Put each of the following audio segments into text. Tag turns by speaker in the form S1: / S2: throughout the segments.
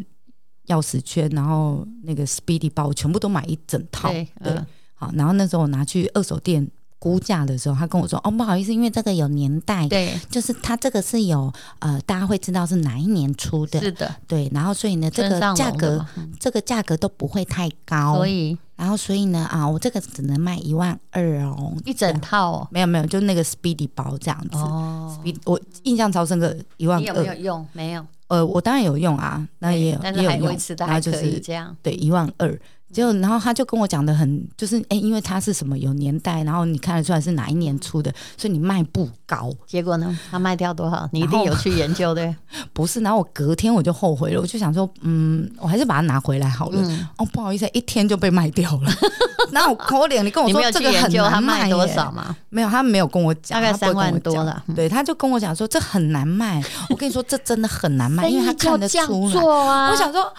S1: 钥匙圈，然后那个 Speedy 包，我全部都买一整套。
S2: 对嗯
S1: 好，然后那时候我拿去二手店估价的时候，他跟我说：“哦，不好意思，因为这个有年代，
S2: 对，
S1: 就是它这个是有呃，大家会知道是哪一年出的，
S2: 是的，
S1: 对，然后所以呢，这
S2: 村
S1: 个
S2: 上
S1: 价
S2: 隆的
S1: 格
S2: 嘛嗯
S1: 这个价格都不会太高，
S2: 所以
S1: 然后所以呢啊，我这个只能卖一万二哦，
S2: 一整套哦。
S1: 没有没有，就那个 Speedy 包这样子。
S2: 哦，
S1: 比我印象超深刻，一万
S2: 你有没有
S1: 二，
S2: 用？没有，
S1: 呃，我当然有用啊，那也有
S2: 但
S1: 也
S2: 是
S1: 有
S2: 还
S1: 用
S2: 维持，的
S1: 然后
S2: 还
S1: 就
S2: 可以
S1: 是
S2: 这样。
S1: 对一万二，结果然后他就跟我讲的很，就是哎、因为它是什么有年代，然后你看得出来是哪一年出的，所以你卖不高，
S2: 结果呢，他卖掉多少？你一
S1: 然
S2: 定
S1: 后
S2: 有去研究对？
S1: 不是。然后我隔天我就后悔了，我就想说，嗯，我还是把它拿回来好了。
S2: 嗯，
S1: 哦，不好意思，一天就被卖掉了。 然后可怜，你 跟我
S2: 你没有
S1: 说
S2: 去
S1: 这个
S2: 研
S1: 很
S2: 究它
S1: 难
S2: 卖
S1: 耶
S2: 多少？嘛？
S1: 没有，他没有跟我
S2: 大
S1: 讲，
S2: 概
S1: 他不会
S2: 三万
S1: 跟我
S2: 多
S1: 讲
S2: 了。嗯
S1: 对，他就跟我讲说这很难卖。我跟你说，这真的很难 卖，因为他看得
S2: 生意就这
S1: 出
S2: 样
S1: 来。
S2: 做啊。
S1: 我想说，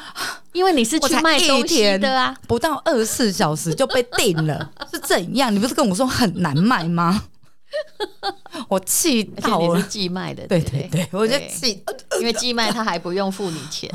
S2: 因为你是
S1: 我
S2: 去
S1: 才
S2: 卖
S1: 一
S2: 东西
S1: 天
S2: 的啊，
S1: 不到二十四小时就被定 了，是怎样？你不是跟我说很难卖吗？ 我气
S2: 而且
S1: 到
S2: 你
S1: 了
S2: 是。寄卖的，
S1: 对
S2: 对
S1: 对
S2: 不，
S1: 对，我就
S2: 对
S1: 气，
S2: 因为寄卖他还不用付你钱。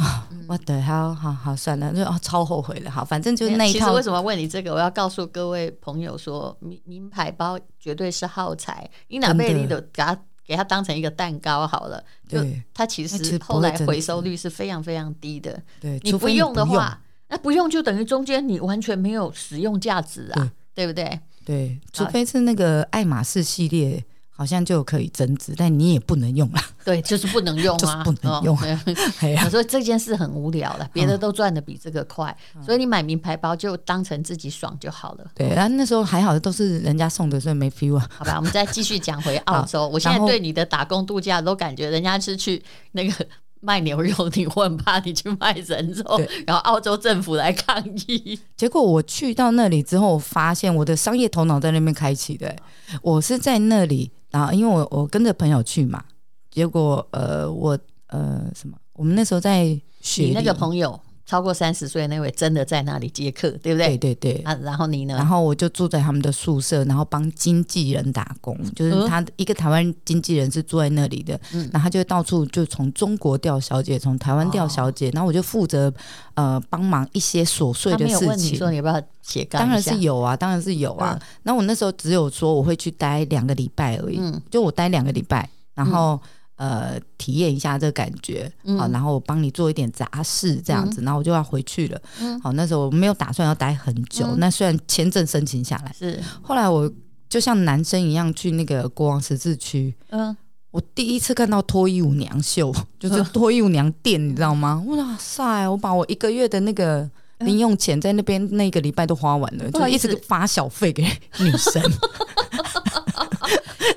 S1: 我对，好好好，算了，就哦，超后悔的，好，反正 就是那一
S2: 其实
S1: 套
S2: 为，什么问你这个？我要告诉各位朋友说，名名牌包绝对是耗材，英娜贝利的给它给它当成一个蛋糕好了，就
S1: 对
S2: 它其
S1: 那其
S2: 实
S1: 实不
S2: 后
S1: 会
S2: 来
S1: 增值
S2: 回收率是非常非常低的。
S1: 对，
S2: 你
S1: 除
S2: 不
S1: 非你
S2: 用的
S1: 不用
S2: 话，那不用就等于中间你完全没有使用价值啊，对不对？
S1: 对，除
S2: 啊
S1: 非是那个爱马仕系列，好像就可以增值，但你也不能用啦。
S2: 对，就是不能用
S1: 就
S2: 啊，
S1: 是不能用
S2: 哦对
S1: 哎呀嗯
S2: 我，说这件事很无聊了，别的都赚的比这个快，所以你买名牌包就当成自己爽就好了。
S1: 对，然后那时候还好，都是人家送的，所以没 feel 啊。
S2: 好吧，我们再继续讲回澳洲。我现在
S1: 然后
S2: 对你的打工度假都感觉人家是去那个卖牛肉，你我很怕你去卖人肉
S1: 对，
S2: 然后澳洲政府来抗议。
S1: 结果我去到那里之后，我发现我的商业头脑在那边开启的、欸我是在那里，然后因为我我跟着朋友去嘛，结果呃我呃什么，我们那时候在学
S2: 你那个
S1: 友，
S2: 朋友超过三十岁那位真的在那里接客，对不
S1: 对
S2: 对？
S1: 对对。
S2: 啊，然后你
S1: 然
S2: 呢？
S1: 后我就住在他们的宿舍，然后帮经纪人打工，就是
S2: 嗯
S1: 他一个台湾经纪人是住在那里的，
S2: 嗯哦
S1: 然后他就到处就从中国调小姐，从台湾调小姐，然后我就负责呃帮忙一些琐碎
S2: 他
S1: 的
S2: 没有
S1: 事
S2: 问你
S1: 情。
S2: 说你要不要斜杠
S1: 当
S2: 一
S1: 然
S2: 下
S1: 是有啊，当然是有啊。那、我那时候只有说我会去待两个礼拜而已，
S2: 嗯
S1: 就我待两个礼拜，然后、呃体验一下这个感觉，
S2: 嗯
S1: 好，然后我帮你做一点杂事这样子，然后我就要回去了。
S2: 嗯
S1: 好，那时候我没有打算要待很久，
S2: 嗯
S1: 那虽然签证申请下来，
S2: 是
S1: 后来我就像男生一样去那个国王十字区。
S2: 嗯，
S1: 我第一次看到脱衣舞娘秀， 就是脱衣舞娘店，你知道吗？哇塞！我把我一个月的那个零用钱在那边那个礼拜都花完了，
S2: 嗯不好
S1: 就
S2: 意
S1: 一
S2: 思
S1: 直发小费给女生，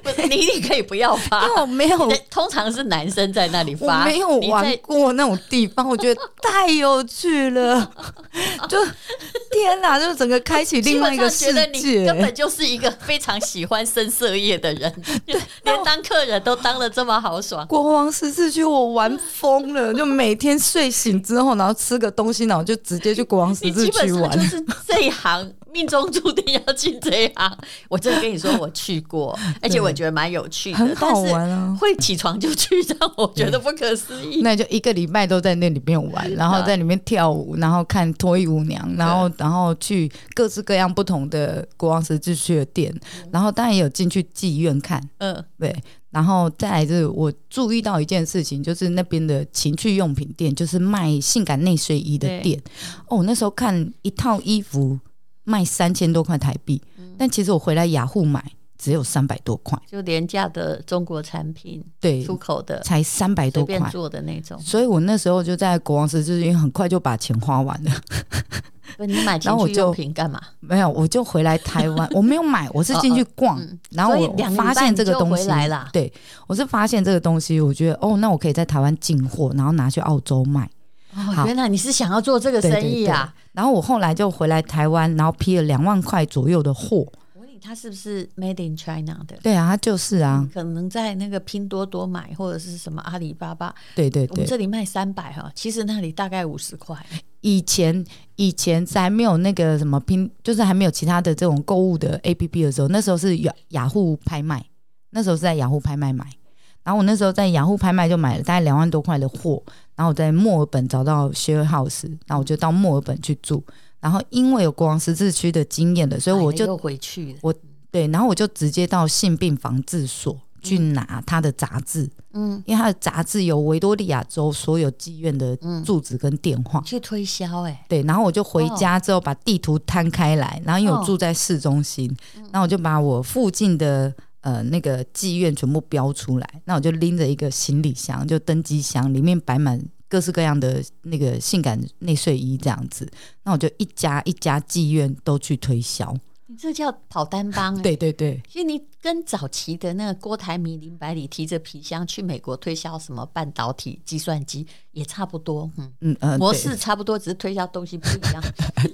S2: 不你一定可以不要 发
S1: 因。为我没有，
S2: 对通常是男生在那里
S1: 哦我
S2: 发，
S1: 没有
S2: 你
S1: 玩
S2: 在
S1: 过那种地方，我觉得太有趣了，就天哪，就整个开启另外一个
S2: 基
S1: 世
S2: 本上觉得你根
S1: 界
S2: 本。就是一个非常喜欢深色业的 人，连当客人都当的这么豪爽。
S1: 国王十字区我玩疯了，就每天睡醒之后，然后吃个东西，然后就直接去国王十
S2: 你
S1: 字
S2: 基本
S1: 区
S2: 上
S1: 玩
S2: 就。是这一 行，命中注定要进这一行。我真的跟你说，我去 过，而且我觉得蛮有趣的，
S1: 很好玩啊
S2: 但是会起床就去，让我觉得不可思议。
S1: 那就一个礼拜都在那里面玩，然后在里面跳舞，然后看脱衣舞娘，然后然后去各式各样不同的国王十字区的店，然后当然也有进去妓院看，
S2: 嗯，
S1: 对。然后再来就是我注意到一件事情，就是那边的情趣用品店，就是卖性感内睡衣的店。哦，我那时候看一套衣服卖三千多块台币，
S2: 嗯
S1: 但其实我回来雅虎买只有三百多块，
S2: 就廉价的中国产品，
S1: 对，
S2: 出口的，
S1: 才三百
S2: 呃随
S1: 多块
S2: 便。做的那种。
S1: 所以我那时候就在国王十字军，很快就把钱花完了。
S2: 不是你买情
S1: 然后我
S2: 趣用
S1: 就
S2: 品干嘛？
S1: 没有，我就回来台湾，我没有买，我是进去逛，
S2: 哦嗯
S1: 然后
S2: 所以
S1: 我
S2: 两个礼拜
S1: 发现这个东
S2: 你
S1: 西
S2: 就回来啦
S1: 对，我是发现这个东西，我觉得哦，那我可以在台湾进货，然后拿去澳洲卖。
S2: 哦，
S1: 好
S2: 原来你是想要做这个
S1: 对
S2: 生
S1: 对
S2: 意啊！
S1: 然后我后来就回来台湾，然后批了两万块左右的货。
S2: 我问你，他是不是 Made in China 的？
S1: 对啊，它就是啊，
S2: 可能在那个拼多多买，或者是什么阿里巴巴，
S1: 对对
S2: 我们
S1: 对。
S2: 这里卖三百哈，其实那里大概五十块。
S1: 以前以前还没有那个什么拼，就是还没有其他的这种购物的 A P P 的时候，那时候是雅雅虎拍卖，那时候是在雅虎拍卖买。然后我那时候在雅虎拍卖就买了大概两万多块的货，然后我在墨尔本找到 share house，然后我就到墨尔本去住。然后因为有国王十字区的经验的，所以
S2: 买
S1: 我
S2: 了
S1: 就
S2: 又回去了。
S1: 对，然后我就直接到性病防治所去拿他的杂志，
S2: 嗯，
S1: 因为他的杂志有维多利亚州所有妓院的
S2: 嗯
S1: 住址跟电话。
S2: 去推销哎、
S1: 对，然后我就回家之后把地图摊开来，然后
S2: 哦
S1: 因为我住在市中心，
S2: 嗯
S1: 然后我就把我附近的呃那个妓院全部标出来，那我就拎着一个行李箱，就登机箱，里面摆满各式各样的那个性感内睡衣这样子。那我就一家一家妓院都去推销。
S2: 你这叫跑单帮、欸。，
S1: 对对对，
S2: 其实你跟早期的那个郭台铭、林百里提着皮箱去美国推销什么半导体、计算机也差不多，嗯，
S1: 嗯呃，
S2: 模式差不多，只是推销东西不 一样。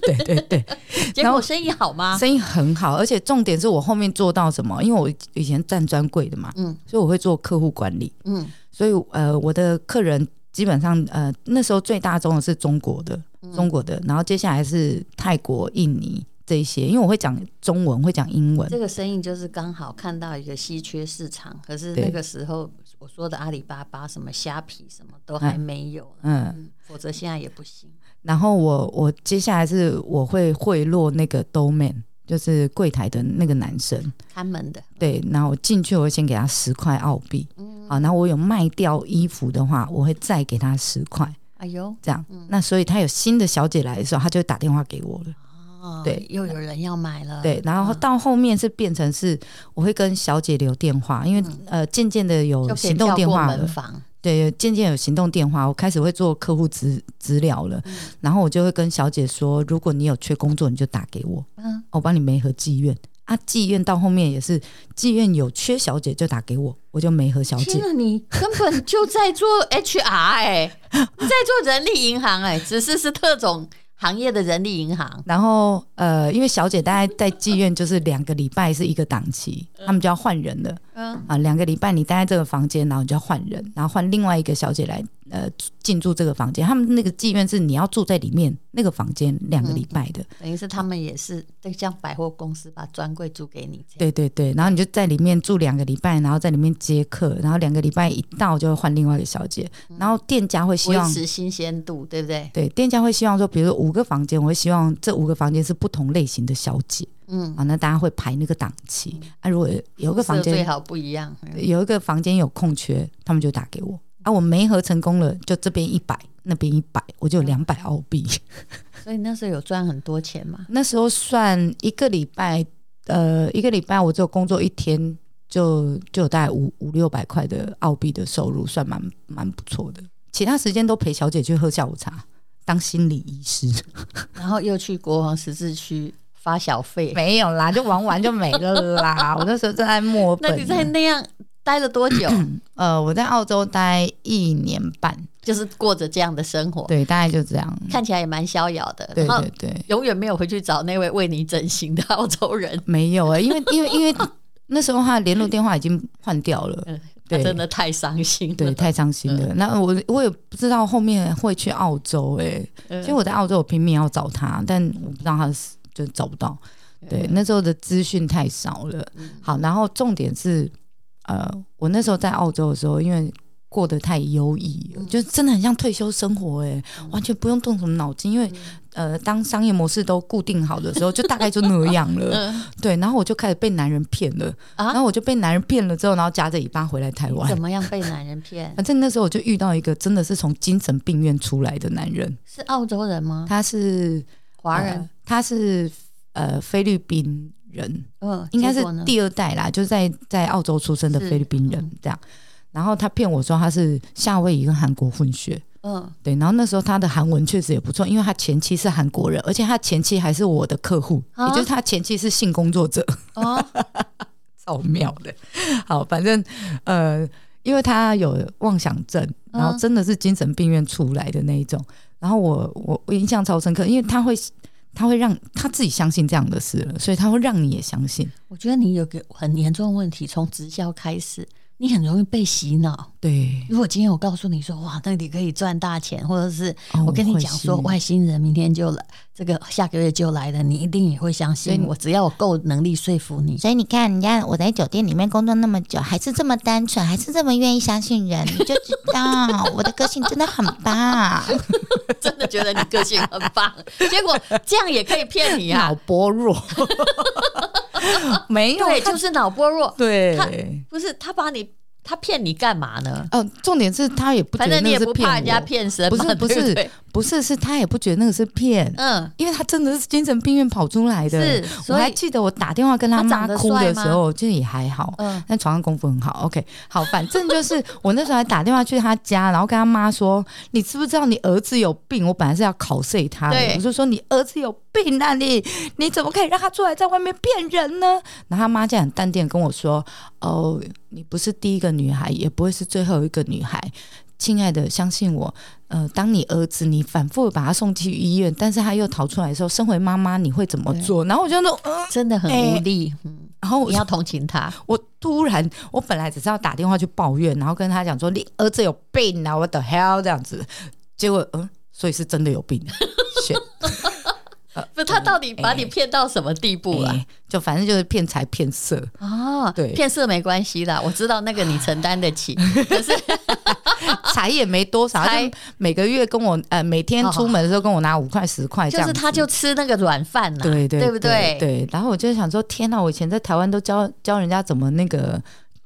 S1: 对对对对，
S2: 结
S1: 然后
S2: 果生意好吗？
S1: 生意很好，而且重点是我后面做到什么？因为我以前站专柜的嘛，
S2: 嗯
S1: 所以我会做客户管理，
S2: 嗯，
S1: 所以呃，我的客人基本上呃那时候最大宗的是中国的，
S2: 嗯
S1: 中国的，然后接下来是泰国、印尼这一些，因为我会讲中文，会讲英文
S2: 这，个生意就是刚好看到一个稀缺市场，可是
S1: 对
S2: 那个时候我说的阿里巴巴、什么虾皮、什么都还没有，
S1: 嗯，
S2: 嗯，否则现在也不行。
S1: 然后我我接下来是我会贿赂那个 domain，就是柜台的那个男生，
S2: 看门的，
S1: 对，然后我进去我会先给他十块澳币，啊
S2: 嗯，
S1: 好，然后我有卖掉衣服的话，我会再给他十块。
S2: 哎呦，
S1: 这样。那所以他有新的小姐来的时候，他就会打电话给我了。
S2: 哦，
S1: 对，
S2: 又有人要买了，
S1: 对，然后到后面是变成是我会跟小姐留电话，因为、呃渐渐的
S2: 嗯
S1: 有
S2: 就
S1: 行动电话
S2: 可以跳过门
S1: 了，
S2: 房，
S1: 对，渐渐有行动电话，我开始会做客户资资料了，
S2: 嗯
S1: 然后我就会跟小姐说，如果你有缺工作，你就打给我，
S2: 嗯，
S1: 我帮你媒合妓院。啊，妓院到后面也是，妓院有缺小姐就打给我，我就媒合小
S2: 天
S1: 姐。
S2: 哪，你根本就在做 HR 哎、你在做人力银行哎、只是是特种行业的人力银行。
S1: 然后呃，因为小姐大概在妓院就是两个礼拜是一个档期，他们就要换人了。
S2: 嗯，
S1: 啊，两个礼拜你待在这个房间，然后你就要换人，然后换另外一个小姐来呃进驻这个房间。他们那个妓院是你要住在里面那个房间两
S2: 嗯
S1: 个礼拜的，
S2: 等于是他们也是对像百货公司把专柜租给你这样。
S1: 对对对，然后你就在里面住两个礼拜，然后在里面接客，然后两个礼拜一到就会换另外一个小姐，然后店家会希
S2: 维
S1: 望。
S2: 持新鲜度，对不对？
S1: 对，店家会希望说，比如说五个房间，我会希望这五个房间是不同类型的小姐
S2: 嗯，
S1: 啊，那大家会排那个档期啊。如果有一
S2: 肤色
S1: 个房间
S2: 最好不一样。嗯
S1: 有一个房间有空缺，他们就打给我啊，我没合成功了，就这边一百，那边一百，我就有两百澳币。
S2: 所以那时候有赚很多钱嘛。
S1: 那时候算一个礼拜，呃，一个礼拜我只有工作一天，就就有大概五五六百块的澳币的收入，算蛮蛮不错的。其他时间都陪小姐去喝下午茶，当心理医师
S2: 然后又去国王十字区发小费。
S1: 没有啦，就玩完就没了 啦。我那时候正在墨尔
S2: 那
S1: 本，
S2: 你在那样待了多 久？
S1: 呃，我在澳洲待一年半，哦
S2: 就是过着这样的生活，
S1: 对，大概就这样。
S2: 看起来也蛮逍遥的。
S1: 对
S2: 然后
S1: 对对。
S2: 永远没有回去找那位为你整形的澳洲人，
S1: 没有啊、因为因为因为那时候他的联络电话已经换掉了，
S2: 嗯，他
S1: 对
S2: 真的嗯太伤心了。
S1: 对，太伤心了。那我我也不知道后面会去澳洲、欸，
S2: 嗯
S1: 其实我在澳洲我拼命要找他，但我不知道他是就找不到。
S2: 嗯
S1: 对，那时候的资讯太少了。好，然后重点是，呃，我那时候在澳洲的时候，因为过得太优异
S2: 嗯
S1: 了，就是真的很像退休生活、欸，完全不用动什么脑筋，因为
S2: 嗯
S1: 呃，当商业模式都固定好的时候，就大概就那样了。对，然后我就开始被男人骗了，
S2: 嗯啊
S1: 然后我就被男人骗了之后，然后夹着尾巴回来台湾
S2: 怎。么样被男人 骗？
S1: 反正那时候我就遇到一个真的是从精神病院出来的男人，
S2: 是澳洲人吗？
S1: 他是
S2: 嗯华
S1: 呃
S2: 人？
S1: 他是呃菲律宾人，
S2: 嗯，
S1: 应该
S2: 结
S1: 是
S2: 果呢
S1: 第二代啦，就是在在澳洲出生的
S2: 是嗯
S1: 菲律宾人这样。然后他骗我说他是夏威夷跟韩国混血，
S2: 嗯，
S1: 对。然后那时候他的韩文确实也不错，因为他前妻是韩国人，而且他前妻还是我的客户，
S2: 啊
S1: 也就是他前妻是性工作者。
S2: 哦，
S1: 超妙的。好，反正呃，因为他有妄想症，
S2: 嗯
S1: 然后真的是精神病院出来的那一种。然后我我我印象超深刻，因为他会他会让他自己相信这样的事了，所以他会让你也相信。
S2: 我觉得你有个很严重的问题，从直销开始，你很容易被洗脑。
S1: 对，
S2: 如果今天我告诉你说，哇，那里可以赚大钱，或者是
S1: 哦
S2: 我跟你
S1: 会
S2: 讲说，
S1: 是
S2: 外星人明天就来，这个下个月就来了，你一定也会相信我。只要我够能力说服你，
S3: 所以你看，人家我在酒店里面工作那么久，还是这么单纯，还是这么愿意相信人，你就知道我的个性真的很棒。
S2: 真的觉得你个性很 棒，结果这样也可以骗你啊
S1: 脑？薄 弱，没有
S2: 对，
S1: 他
S2: 就是脑波弱。
S1: 对
S2: 他不是他把你他骗你干嘛呢？
S1: 呃，重点是他也不觉
S2: 反
S1: 得
S2: 正你
S1: 那
S2: 也
S1: 个是
S2: 不
S1: 骗
S2: 怕
S1: 我
S2: 人家骗神嘛，
S1: 不是不
S2: 对
S1: 是
S2: 对
S1: 不是是他也不觉得那个是骗，
S2: 嗯，
S1: 因为他真的是精神病院跑出来的。
S2: 是，
S1: 我
S2: 所
S1: 还
S2: 以
S1: 记得我打电话跟
S2: 他
S1: 妈
S2: 长得
S1: 哭
S2: 帅
S1: 的
S2: 吗
S1: 时候，就也还好。
S2: 嗯
S1: 但床上功夫很好，OK，好，反正就是我那时候还打电话去他家，然后跟他妈说：“你知不知道你儿子有病？”我本来是要考碎他的
S2: 对，
S1: 我就说：“你儿子有病啊你！你怎么可以让他出来在外面骗人呢？”然后他妈就很淡定地跟我说：“哦，你不是第一个女孩，也不会是最后一个女孩，亲爱的，相信我。”呃，当你儿子你反复地把他送去医院，但是他又逃出来的时候，身为妈妈你会怎么做？然后我就说，嗯，
S2: 真的很无
S1: 哎
S2: 力，嗯，
S1: 然后我
S2: 你要同情他，
S1: 我突然，我本来只是要打电话去抱怨，然后跟他讲说你儿子有病啊，我的 hell 这样子，结果嗯，所以是真的有 病，选
S2: 不，他到底把你骗到什么地步啊？
S1: 就反正就是骗财 骗色，
S2: 哦，
S1: 对
S2: 骗色没关系的，我知道那个你承担得 起，可是
S1: 财也没多少，
S2: 财哦
S1: 就每个月跟我呃每天出门的时候跟我拿五块十块这
S2: 就
S1: 样
S2: 是
S1: 子，
S2: 他就吃那个软饭啦，
S1: 对
S2: 对
S1: 对
S2: 不
S1: 对
S2: 对？
S1: 对，然后我就想说，天哪！我以前在台湾都教教人家怎么那个，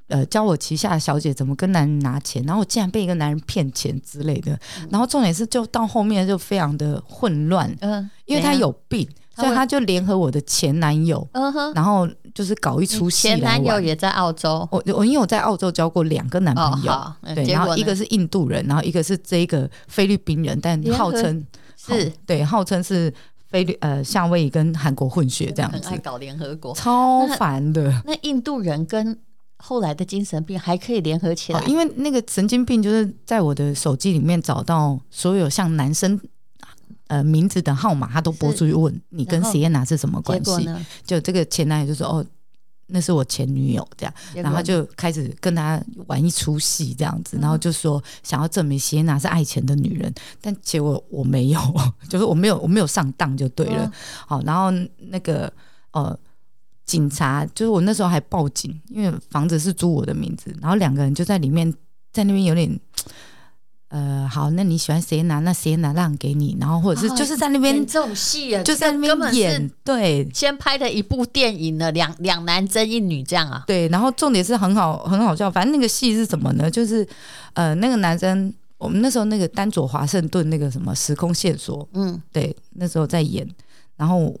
S1: 呃，教我旗下的小姐怎么跟男人拿钱，然后我竟然被一个男人骗钱之类的。然后重点是，就到后面就非常的混乱，
S2: 嗯，
S1: 因为他有病，
S2: 他
S1: 所以
S2: 会
S1: 他就联合我的前男友，
S2: 嗯哼，
S1: 然后就是搞一出戏
S2: 前
S1: 来
S2: 男友
S1: 玩。
S2: 也在澳洲，
S1: 我我因为我在澳洲交过两个男
S2: 哦
S1: 朋友，
S2: 好，嗯
S1: 对，
S2: 结
S1: 然
S2: 果
S1: 后
S2: 呢
S1: 一个是印度人，然后一个是这个菲律宾人，但
S2: 联合
S1: 号称
S2: 是
S1: 号对，号称是菲律呃夏威夷跟韩国混血这样
S2: 很爱
S1: 子，
S2: 搞联合国。
S1: 超烦的。
S2: 那印度人跟后来的精神病还可以联合起来
S1: 哦，因为那个神经病就是在我的手机里面找到所有像男生呃名字的号码，他都拨出去问你跟
S2: 然后
S1: Sienna 是什么
S2: 结
S1: 关
S2: 果
S1: 系。
S2: 呢？
S1: 就这个前男友就说哦，那是我前女友这样，
S2: 结
S1: 然
S2: 果
S1: 后他就开始跟他玩一出戏这样
S2: 嗯
S1: 子，然后就说想要证明谢娜是爱钱的女人，但结果我没有， 就是我没有我没有上当就对了。
S2: 嗯
S1: 好，然后那个呃。警察就是我那时候还报警，因为房子是租我的名字，然后两个人就在里面，在那边有点，呃，好，那你喜欢谁拿，那谁拿让给你，然后或者是、
S2: 哦
S1: 就是在那边
S2: 演这种戏啊，
S1: 就在那
S2: 根本
S1: 边
S2: 是
S1: 演，对，
S2: 先拍的一部电影了，两两男争一女这样啊，
S1: 对，然后重点是很好很好笑，反正那个戏是怎么呢？就是呃，那个男生，我们那时候那个丹佐华盛顿那个什么时空线索，
S2: 嗯，
S1: 对，那时候在演，然后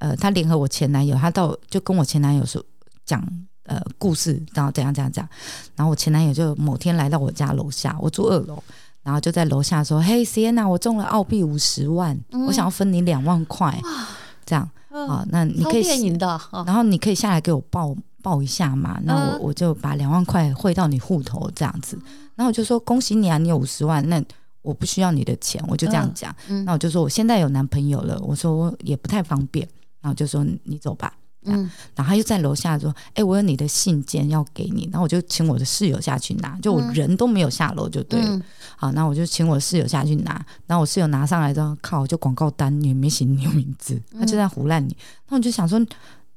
S1: 呃，他联合我前男友，他到就跟我前男友说讲。呃，故事，然后怎样怎样怎样，然后我前男友就某天来到我家楼下，我住二楼，然后就在楼下说：“嘿，Sienna，我中了澳币五十万，
S2: 嗯
S1: 我想要分你两万块，这样啊、那你
S2: 超
S1: 可以
S2: 电影的哦，
S1: 然后你可以下来给我报报一下嘛，那我、
S2: 嗯
S1: 我就把两万块汇到你户头这样子，然后我就说恭喜你啊，你有五十万，那我不需要你的钱，我就这样讲，
S2: 嗯嗯
S1: 那我就说我现在有男朋友了，我说我也不太方便，然后就说你走吧，
S2: 嗯，
S1: 然后他就在楼下说：“哎、我有你的信件要给你。”然后我就请我的室友下去拿，就我人都没有下楼就对了。
S2: 嗯
S1: 好，那我就请我室友下去拿。然后我室友拿上来之后，靠，就广告单也没写你有名字，他就在胡乱你。那我就想说，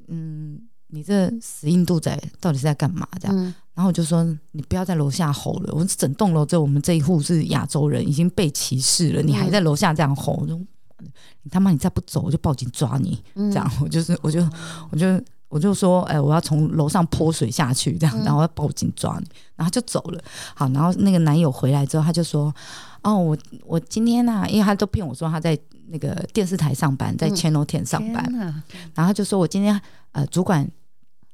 S1: 嗯，你这死印度仔到底是在干嘛？这样。
S2: 嗯
S1: 然后我就说，你不要在楼下吼了，我们整栋楼只有我们这一户是亚洲人，已经被歧视了，你还在楼下这样吼，我就你他妈你再不走，我就报警抓你。
S2: 嗯
S1: 这样，我就是，我就，我就，我就说，哎、我要从楼上泼水下去，这样，然后我要报警抓你，然后他就走了。好，然后那个男友回来之后，他就说，哦，我我今天呐、因为他都骗我说他在那个电视台上班，在
S2: 嗯
S1: Channel Ten 上班，
S2: 天哪
S1: 然后他就说我今天呃主管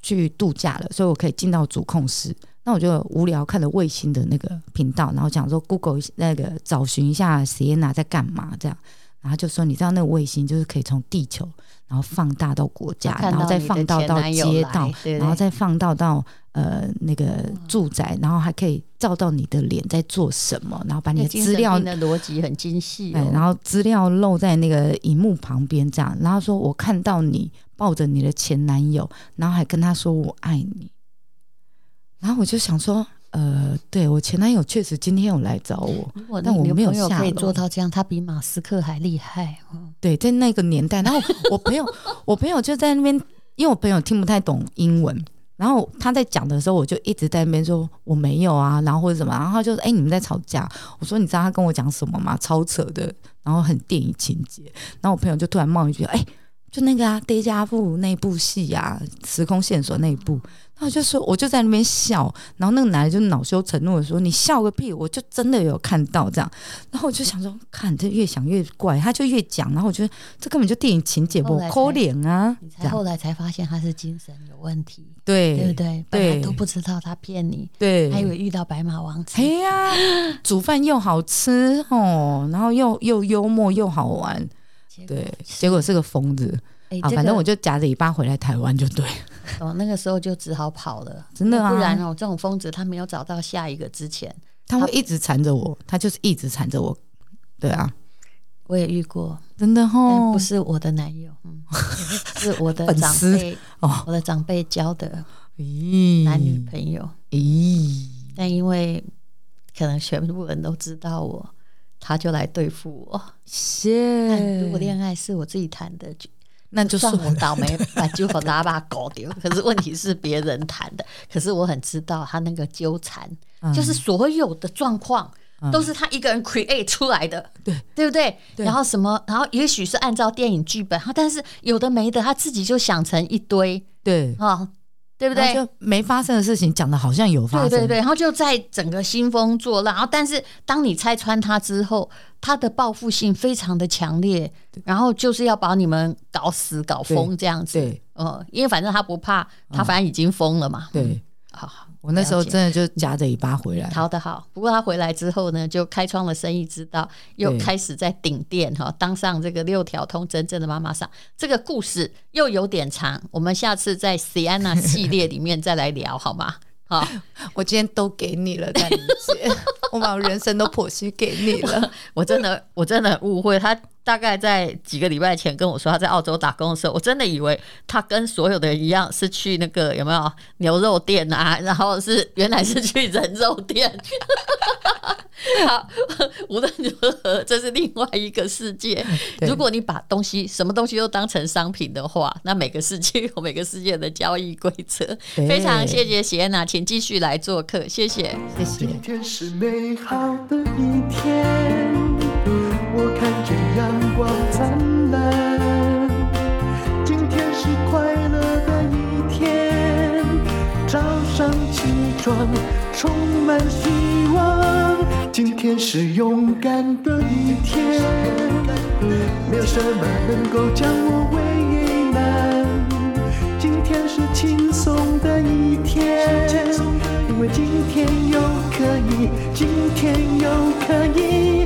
S1: 去度假了，所以我可以进到主控室。那我就无聊看了卫星的那个频道，然后想说 Google 一下那个找寻一下 Sienna 在干嘛这样，然后他就说你知道那个卫星就是可以从地球然后放大到国家，
S2: 看
S1: 然后
S2: 到
S1: 再
S2: 你的
S1: 放到
S2: 前
S1: 到
S2: 男友
S1: 街
S2: 来
S1: 道，
S2: 对不
S1: 然后
S2: 对
S1: 再放到到呃那个住宅，然后还可以照到你的脸在做什么，然后把你
S2: 那
S1: 的
S2: 精
S1: 资
S2: 神
S1: 料
S2: 病的逻辑很精细
S1: 哎，然
S2: 哦，
S1: 后资料露在那个荧幕旁边，这样，然后说我看到你抱着你的前男友，然后还跟他说我爱你，然后我就想说，呃，对我前男友确实今天有来找我，
S2: 如果
S1: 但我
S2: 你
S1: 没有啊
S2: 女朋友
S1: 下
S2: 可以
S1: 楼
S2: 做到这样，他比马斯克还厉害哦，
S1: 对，在那个年代，然后我朋友，我朋友就在那边，因为我朋友听不太懂英文。然后他在讲的时候，我就一直在那边说我没有啊，然后或者什么，然后他就说：“哎、你们在吵架。”我说：“你知道他跟我讲什么吗？超扯的，然后很电影情节。”然后我朋友就突然冒一句：“哎、就那个啊，《d e j 那部戏啊，《时空线索》那一部，然后我就说，我就在那边笑，然后那个男的就恼羞成怒的说：“你笑个屁！我就真的有看到这样。”然后我就想说，看这越想越怪，他就越讲，然后我觉得这根本就电影情节，
S2: 后
S1: 我
S2: 来才
S1: 抠脸啊
S2: 你，
S1: 这
S2: 才
S1: 样
S2: 后来才发现他是精神有问题，对不
S1: 对
S2: 对？本来
S1: 对
S2: 都不知道他骗你，
S1: 对，
S2: 还以为遇到白马王子
S1: 哎。呀，煮饭又好吃哦，然后又又幽默又好玩，
S2: 结果
S1: 对，结果是个疯子
S2: 哎，
S1: 啊！
S2: 这
S1: 反正
S2: 个
S1: 我就夹着尾巴回来台湾就对了，
S2: 哦，那个时候就只好跑了，
S1: 真的啊
S2: 不然哦，这种疯子他没有找到下一个之前，
S1: 他会一直缠着我，他就是一直缠着我，对啊，
S2: 我也遇过，
S1: 真的
S2: 但
S1: 哦，
S2: 不是我的男友， 嗯，是我的
S1: 粉
S2: 长
S1: 丝
S2: 辈，
S1: 哦，嗯
S2: 我的长辈交的
S1: 咦，
S2: 男女朋友，
S1: 咦，
S2: 但因为可能全部人都知道我，他就来对付我。但
S1: 谢，
S2: 如果恋爱是我自己谈的，就
S1: 那嗯 就
S2: 算
S1: 算
S2: 我倒霉，把酒口拉把狗丢。可是问题是别人谈的，可是我很知道他那个纠缠，
S1: 嗯
S2: 就是所有的状况。
S1: 嗯
S2: 都是他一个人 create 出来的，
S1: 对
S2: 对不对？
S1: 对
S2: 然后什么？然后也许是按照电影剧本，但是有的没的，他自己就想成一堆
S1: 对，
S2: 啊、哦，对不对？
S1: 然后就没发生的事情讲的好像有发生，
S2: 对对对，然后就在整个兴风作浪，然后但是当你拆穿他之后，他的报复性非常的强烈，然后就是要把你们搞死、搞疯这样子。
S1: 对嗯
S2: 呃，因为反正他不怕，他反正已经疯了嘛。
S1: 对，
S2: 好好，
S1: 我那时候
S2: 了解
S1: 真的就夹着尾巴回来，
S2: 逃得好。不过他回来之后呢，就开创了生意之道，又
S1: 对
S2: 开始在顶店哈，当上这个六条通真正的妈妈桑。这个故事又有点长，我们下次在 Sienna 系列里面再来聊好吗？好。
S1: 我今天都给你了，丹妮姐，我把我人生都剖析给你了。
S2: 我真的我真的很误会他。大概在几个礼拜前跟我说他在澳洲打工的时候，我真的以为他跟所有的人一样是去那个有没有牛肉店啊，然后是原来是去人肉店。 好，无论如何，这是另外一个世 界。
S1: 对
S2: 如果你把东西什么东西都当成商品的话，那每个世界有每个世界的交易规则。
S1: 对
S2: 非常谢谢喜安娜，请继续来做客，谢谢。
S1: 谢谢
S4: 今天是美好的一天，我看见阳光灿烂。今天是快乐的一天，早上起床充满希望。今天是勇敢的一天，没有什么能够将我为难。今天是轻松的一天，因为今天又可以，今天又可以